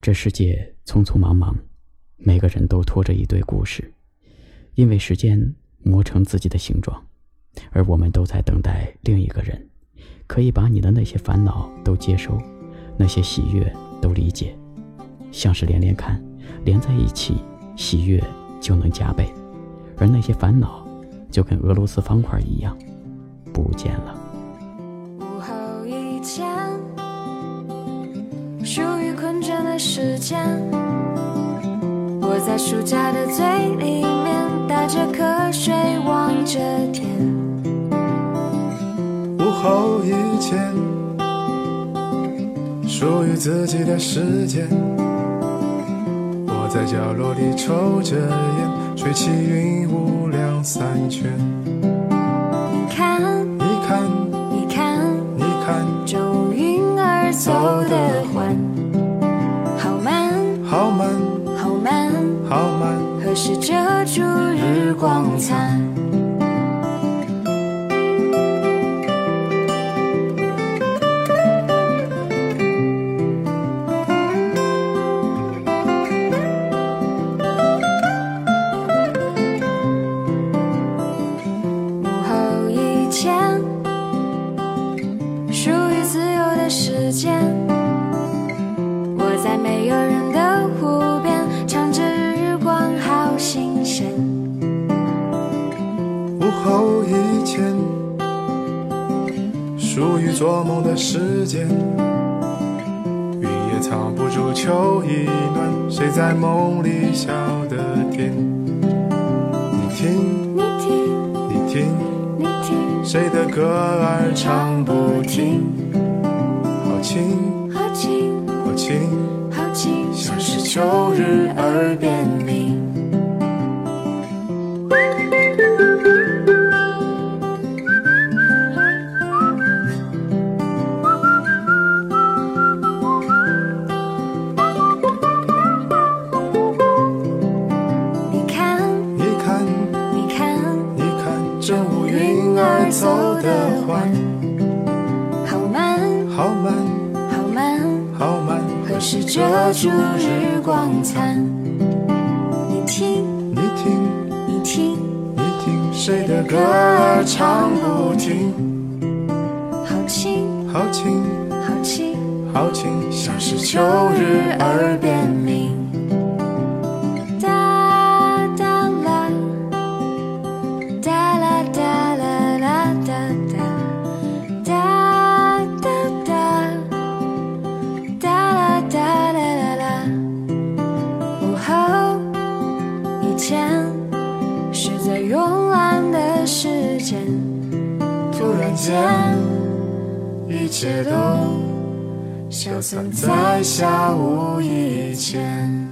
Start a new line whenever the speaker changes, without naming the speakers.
这世界匆匆忙忙，每个人都拖着一堆故事，因为时间磨成自己的形状，而我们都在等待另一个人，可以把你的那些烦恼都接收，那些喜悦都理解，像是连连看，连在一起，喜悦就能加倍，而那些烦恼就跟俄罗斯方块一样，不见了。
午后一天，属于困倦的时间，我在暑假的最里面，打着瞌睡，望着天。
午后一天，属于自己的时间。我在角落里抽着烟，吹起云雾两三圈。
你看，
你看，
你看，
你看，
周云儿走得缓，好慢，
好慢，
好慢，
好慢。
何时遮住日光残？午后一天，属于自由的时间。我在没有人的湖边，唱着日光好新鲜。
午后一天，属于做梦的时间。云也藏不住秋意暖，谁在梦里笑得甜？你听，
你听，
你听。
你听，
谁的歌儿唱不停？好轻，
好轻，
好轻，
好轻，
像是秋日耳边鸣。
你看，
你看，
你看，
你看，这乌云儿走得缓，
好慢，
好慢，
好慢，
好慢。
何时遮住日光残？你听，
你听，
你听，
你听，谁的歌儿唱不停？
好轻，
好轻，
好轻，
好轻，像是秋日耳边鸣。
鸣。哒哒啦，哒啦哒啦啦哒哒，哒哒哒，哒啦哒啦啦啦。午后以前是最慵懒的时间，
突然间，一切都
消
消
散在
散在
下
下
午
午
以
以
前
前。